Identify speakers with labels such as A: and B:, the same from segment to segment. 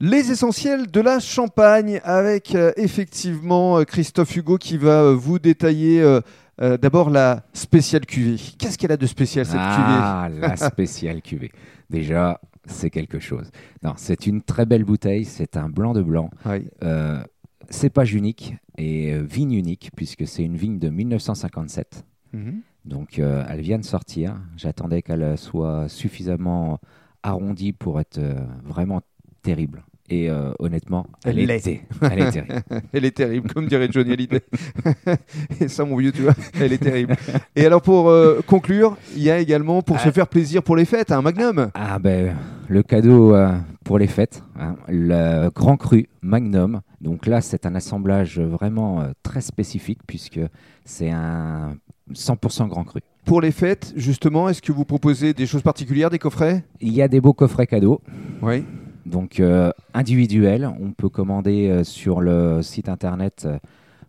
A: Les essentiels de la Champagne avec euh, effectivement euh, Christophe Hugo qui va euh, vous détailler euh, euh, d'abord la spéciale cuvée. Qu'est-ce qu'elle a de spécial cette cuvée
B: ah, la spéciale cuvée. Déjà, c'est quelque chose. Non, c'est une très belle bouteille. C'est un blanc de blanc.
A: Oui.
B: Euh, cépage unique et euh, vigne unique, puisque c'est une vigne de 1957.
A: Mhm.
B: Donc, euh, elle vient de sortir. J'attendais qu'elle euh, soit suffisamment arrondie pour être euh, vraiment terrible. Et euh, honnêtement, elle,
A: Elle
B: est
A: l'est.
B: Elle est terrible.
A: Elle est terrible, comme dirait Johnny Hallyday. Et ça, mon vieux, tu vois, elle est terrible. Et alors, pour euh, conclure, il y a également, pour se
B: Ah.
A: faire plaisir pour les fêtes, un magnum.
B: Ah ben, le cadeau euh, pour les fêtes, hein, le Grand Cru Magnum. Donc là, c'est un assemblage vraiment euh, très spécifique puisque c'est un 100% Grand Cru.
A: Pour les fêtes, justement, est-ce que vous proposez des choses particulières, des coffrets
B: Il y a des beaux coffrets cadeaux,
A: Oui.
B: donc euh, individuels. On peut commander euh, sur le site internet euh,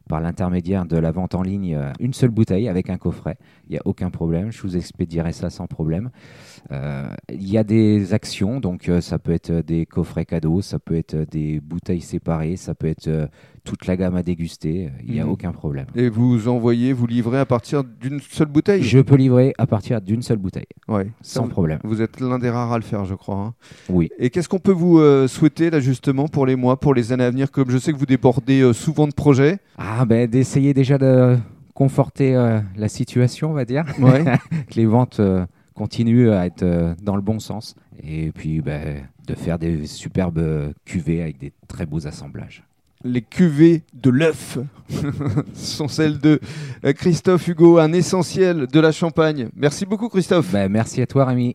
B: par l'intermédiaire de la vente en ligne euh, une seule bouteille avec un coffret. Il n'y a aucun problème, je vous expédierai ça sans problème. Euh, Il y a des actions, donc euh, ça peut être des coffrets cadeaux, ça peut être des bouteilles séparées, ça peut être euh, toute la gamme à déguster, il n'y a
A: Mhm.
B: aucun problème.
A: Et vous envoyez, vous livrez à partir d'une seule bouteille
B: Je peux livrer à partir d'une seule bouteille,
A: Ouais.
B: sans
A: Ça,
B: problème.
A: Vous êtes l'un des rares à le faire, je crois. hein.
B: Oui.
A: Et qu'est-ce qu'on peut vous euh, souhaiter, là, justement, pour les mois, pour les années à venir Comme je sais que vous débordez euh, souvent de projets.
B: Ah ben d'essayer déjà de conforter euh, la situation, on va dire.
A: Ouais.
B: que les ventes euh, continuent à être euh, dans le bon sens. Et puis, ben, de faire des superbes euh, cuvées avec des très beaux assemblages.
A: les cuvées de l'œuf sont celles de euh, Christophe Hugo, un essentiel de la Champagne. Merci beaucoup Christophe.
B: Ben, merci à toi, Rémi.